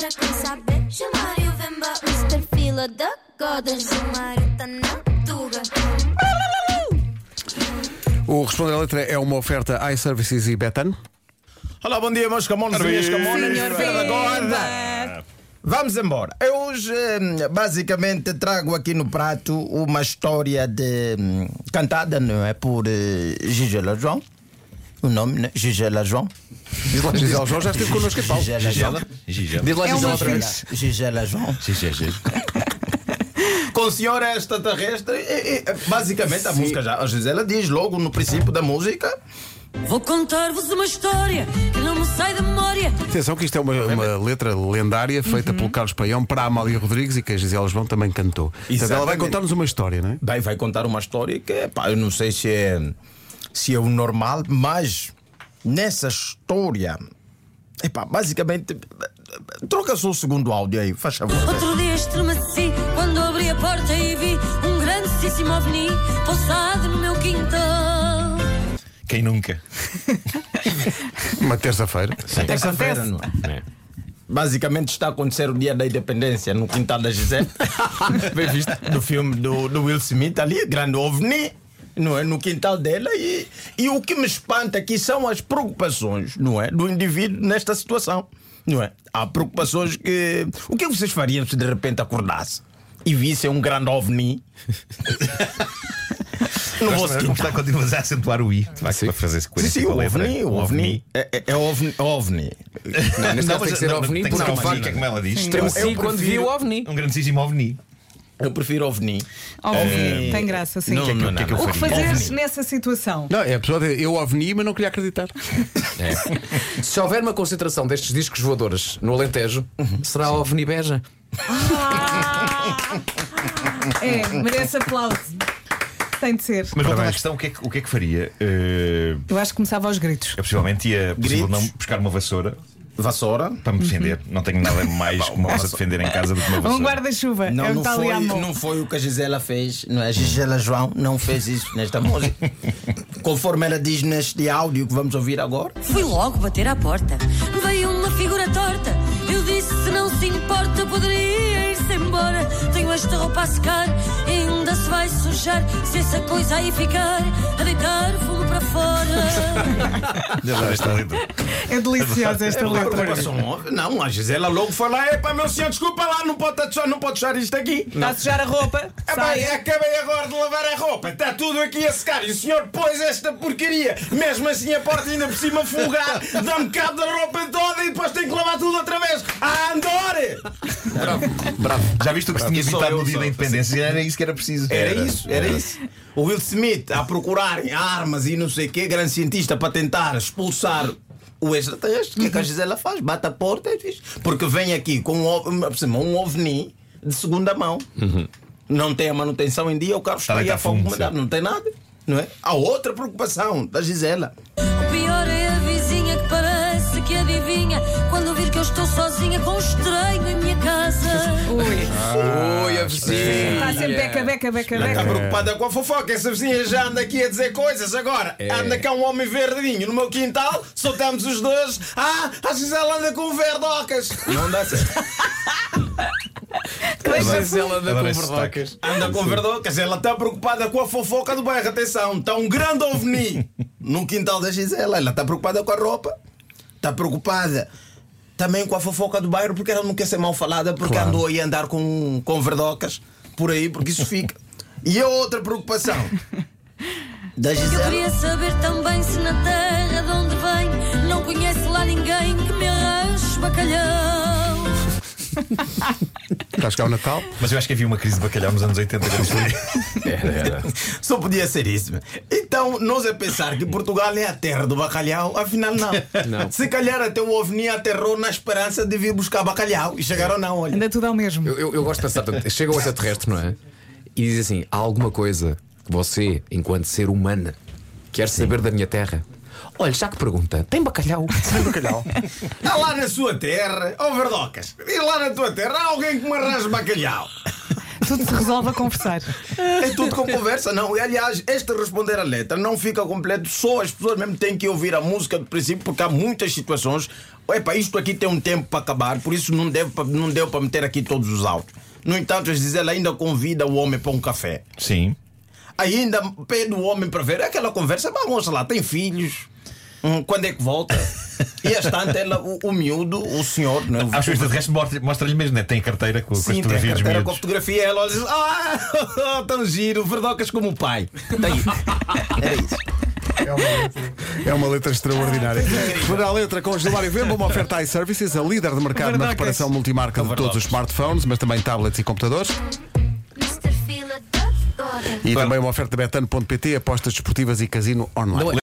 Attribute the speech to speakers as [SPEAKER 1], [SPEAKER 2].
[SPEAKER 1] já quer saber. é Chamar o Vemba, Mr. Fila da Godas. Chamar tá na Tuga.
[SPEAKER 2] O Responder à Letra é uma oferta iServices e Betan.
[SPEAKER 3] Olá, bom dia, meus camões e minhas camonas.
[SPEAKER 4] Senhor
[SPEAKER 3] Fernando Gorda.
[SPEAKER 4] Pimba.
[SPEAKER 3] Vamos embora. Eu hoje, hum, basicamente, trago aqui no prato uma história de hum, cantada, não é? Por eh, Gisela João. O nome, né? Gisela João.
[SPEAKER 2] Diz lá, Gisela João já esteve connosco em Paulo.
[SPEAKER 3] Gisela João.
[SPEAKER 2] Diz lá,
[SPEAKER 4] É
[SPEAKER 2] Gisela
[SPEAKER 4] uma
[SPEAKER 2] outra vez.
[SPEAKER 4] filha.
[SPEAKER 3] Gisela João. Com a senhora extraterrestre, e, e, basicamente a música já. A Gisela diz logo no princípio da música.
[SPEAKER 5] Vou contar-vos uma história que não me sai da memória.
[SPEAKER 2] Atenção que isto é uma, uma letra lendária feita pelo Carlos Paião para a Amália Rodrigues e que a Gisela João também cantou. Portanto, ela vai
[SPEAKER 3] Exatamente.
[SPEAKER 2] contar-nos uma história, não é?
[SPEAKER 3] Bem, vai contar uma história que, pá, eu não sei se é, se é o normal, mas nessa história, epá, basicamente, troca só o segundo áudio aí, faz favor.
[SPEAKER 5] Outro dia estremeci quando abri a porta e vi um grandíssimo ovni pousado no meu quintal.
[SPEAKER 6] Quem nunca?
[SPEAKER 2] Uma terça-feira.
[SPEAKER 3] Terça-feira, não é? Basicamente está a acontecer o dia da independência no quintal da Gisele. Bem visto. Do filme do, do Will Smith ali, grande ovni. Não é? No quintal dela, e, e o que me espanta aqui são as preocupações não é? do indivíduo nesta situação. Não é? Há preocupações que. O que é que vocês fariam se de repente acordasse e vissem um grande ovni? Não vou
[SPEAKER 6] Gosto- Gosto- Continuas a acentuar o I. De facto, para fazer
[SPEAKER 3] Sim,
[SPEAKER 6] sequência
[SPEAKER 3] sim, o
[SPEAKER 6] com a letra.
[SPEAKER 3] ovni, o ovni. É, é- é ovni. ovni.
[SPEAKER 2] Não, neste caso
[SPEAKER 6] mas
[SPEAKER 2] tem que ser
[SPEAKER 6] não,
[SPEAKER 2] ovni,
[SPEAKER 6] tem que ser
[SPEAKER 2] porque
[SPEAKER 6] ovni, que é como ela diz.
[SPEAKER 3] Eu
[SPEAKER 7] Sim, quando vi
[SPEAKER 3] prefiro-
[SPEAKER 7] o OVNI.
[SPEAKER 6] Um grandíssimo ovni.
[SPEAKER 3] Eu prefiro ovni.
[SPEAKER 4] Óbvio, tem graça, sim.
[SPEAKER 3] Não, não, não,
[SPEAKER 6] o que é que eu
[SPEAKER 3] não.
[SPEAKER 4] O que
[SPEAKER 6] faria?
[SPEAKER 4] fazeres nessa situação?
[SPEAKER 2] Não, é a pessoa de eu ovni, mas não queria acreditar.
[SPEAKER 7] Se houver uma concentração destes discos voadores no Alentejo, será a OVNI Beja.
[SPEAKER 3] Ah!
[SPEAKER 4] É, merece aplauso. Tem de ser.
[SPEAKER 6] Mas voltando à questão, o que é que, o que, é que faria? Eh,
[SPEAKER 4] Eu acho que começava aos gritos.
[SPEAKER 6] eu possivelmente ia possível
[SPEAKER 3] Gritos.
[SPEAKER 6] não buscar uma vassoura
[SPEAKER 3] Vassoura.
[SPEAKER 6] para me defender. Não tenho nada mais que me possa defender em casa do que uma vassoura.
[SPEAKER 4] Um guarda-chuva.
[SPEAKER 3] Não,
[SPEAKER 4] É o que
[SPEAKER 3] não,
[SPEAKER 4] está ali à
[SPEAKER 3] foi,
[SPEAKER 4] mão.
[SPEAKER 3] não foi o que a Gisela fez. Não é? A Gisela João não fez isso nesta música. Conforme ela diz neste áudio que vamos ouvir agora.
[SPEAKER 5] Fui logo bater à porta. Veio uma figura torta. Eu disse: se não se importa, poderia ir-se embora. Tenho esta roupa a secar, ainda se vai sujar. Se essa coisa aí ficar, a deitar fumo para fora.
[SPEAKER 6] Adoro esta letra.
[SPEAKER 4] É deliciosa esta letra.
[SPEAKER 3] um Não, a Gisela logo foi lá. Epá, meu senhor, desculpa lá, não pode deixar, não pode deixar isto aqui.
[SPEAKER 4] Está a sujar a roupa.
[SPEAKER 3] Epá,
[SPEAKER 4] Sai.
[SPEAKER 3] acabei agora de lavar a roupa, está tudo aqui a secar e o senhor pôs esta porcaria, mesmo assim a porta ainda por cima folgar, dá-me cabo da roupa toda e depois tenho que lavar tudo outra vez. Ah, Andore!
[SPEAKER 6] Já viste o que se tinha
[SPEAKER 3] Sou
[SPEAKER 6] evitado
[SPEAKER 3] eu,
[SPEAKER 6] no dia
[SPEAKER 3] sou-
[SPEAKER 6] da independência? Era isso que era preciso.
[SPEAKER 3] Era isso, era isso. O Will Smith a procurar armas e não sei o quê, grande cientista para tentar expulsar o extraterrestre. O que é que a Gisela faz? Bate a porta e diz: Porque vem aqui com um, ov- uma- por cima, um ovni de segunda mão. Uhum. Não tem a manutenção em dia, o carro está
[SPEAKER 6] a
[SPEAKER 3] aí a
[SPEAKER 6] deitar
[SPEAKER 3] fogo,
[SPEAKER 6] fumo,
[SPEAKER 3] mandado,
[SPEAKER 6] sim.
[SPEAKER 3] não tem nada. Não é? Há outra preocupação da Gisela.
[SPEAKER 5] O pior é a vizinha que parece que adivinha quando vir que eu estou sozinha com um estranho em minha casa.
[SPEAKER 4] Ui,
[SPEAKER 7] Oi, a vizinha.
[SPEAKER 4] está sempre beca, beca, beca,
[SPEAKER 3] Está
[SPEAKER 4] beca.
[SPEAKER 3] tá preocupada com a fofoca. Essa vizinha já anda aqui a dizer coisas agora. Anda cá um homem verdinho no meu quintal, soltamos os dois. Ah, a Gisela anda com verdocas. Não dá certo.
[SPEAKER 7] Ela anda
[SPEAKER 6] Adoro
[SPEAKER 7] com
[SPEAKER 6] esse sotaque.
[SPEAKER 7] verdocas.
[SPEAKER 3] Anda com verdocas, ela está preocupada com a fofoca do bairro. Atenção, está um grande ovni no quintal da Gisela. Ela está preocupada com a roupa, está preocupada também com a fofoca do bairro, porque ela não quer ser mal falada, porque andou aí a andar com, com verdocas por aí, porque isso fica. E a outra preocupação da
[SPEAKER 5] Eu
[SPEAKER 3] Gisela.
[SPEAKER 5] queria saber também se na terra de onde vem não conhece lá ninguém que me arranje bacalhau.
[SPEAKER 2] Está a chegar é o Natal.
[SPEAKER 6] Mas eu acho que havia uma crise de bacalhau nos anos 80. quando isso foi.
[SPEAKER 3] Só podia ser isso. Então, nós a pensar que Portugal é a terra do bacalhau, afinal não.
[SPEAKER 7] Não.
[SPEAKER 3] Se calhar até o ovni aterrou na esperança de vir buscar bacalhau e chegaram não, olha.
[SPEAKER 4] Anda tudo ao mesmo.
[SPEAKER 7] Eu, eu- eu gosto de pensar, portanto, chega o extraterrestre, não é? E diz assim: há alguma coisa que você, enquanto ser humano, quer saber da minha terra? Olha, já que pergunta, tem bacalhau? Tem bacalhau.
[SPEAKER 3] Há lá na sua terra, ó verdocas, e lá na tua terra há alguém que me arranja bacalhau.
[SPEAKER 4] Tudo se resolve a conversar.
[SPEAKER 3] É tudo com conversa, não. E, aliás, este responder a letra não fica completo, só as pessoas mesmo têm que ouvir a música do princípio, porque há muitas situações. Epá, isto aqui tem um tempo para acabar, por isso não, deve, pa- não deu para meter aqui todos os autos. No entanto, a Gisela ainda convida o homem para um café.
[SPEAKER 6] Sim.
[SPEAKER 3] Ainda pede o homem para ver. É aquela conversa, mas moça lá, tem filhos. Hum, Quando é que volta? E a estante, ela, o, o miúdo, o senhor, não é? O-
[SPEAKER 6] Acho que o resto mostra- mostra-lhe mesmo, né? Tem carteira com, com as
[SPEAKER 3] Sim, tem a
[SPEAKER 6] fotografias
[SPEAKER 3] carteira com a
[SPEAKER 6] miúdos.
[SPEAKER 3] fotografia. Ela olha e diz: Ah, tão giro, verdocas como o pai. Tá aí. Era isso.
[SPEAKER 2] É uma letra, é uma letra extraordinária. Para a letra com Gilmário Vemba, uma oferta iServices, a líder de mercado na
[SPEAKER 4] Verdocas.
[SPEAKER 2] reparação multimarca de todos os smartphones, mas também tablets e computadores.
[SPEAKER 1] Mr. Fila Duck Goddard.
[SPEAKER 3] é
[SPEAKER 2] E também uma oferta betano.pt, apostas desportivas e casino online.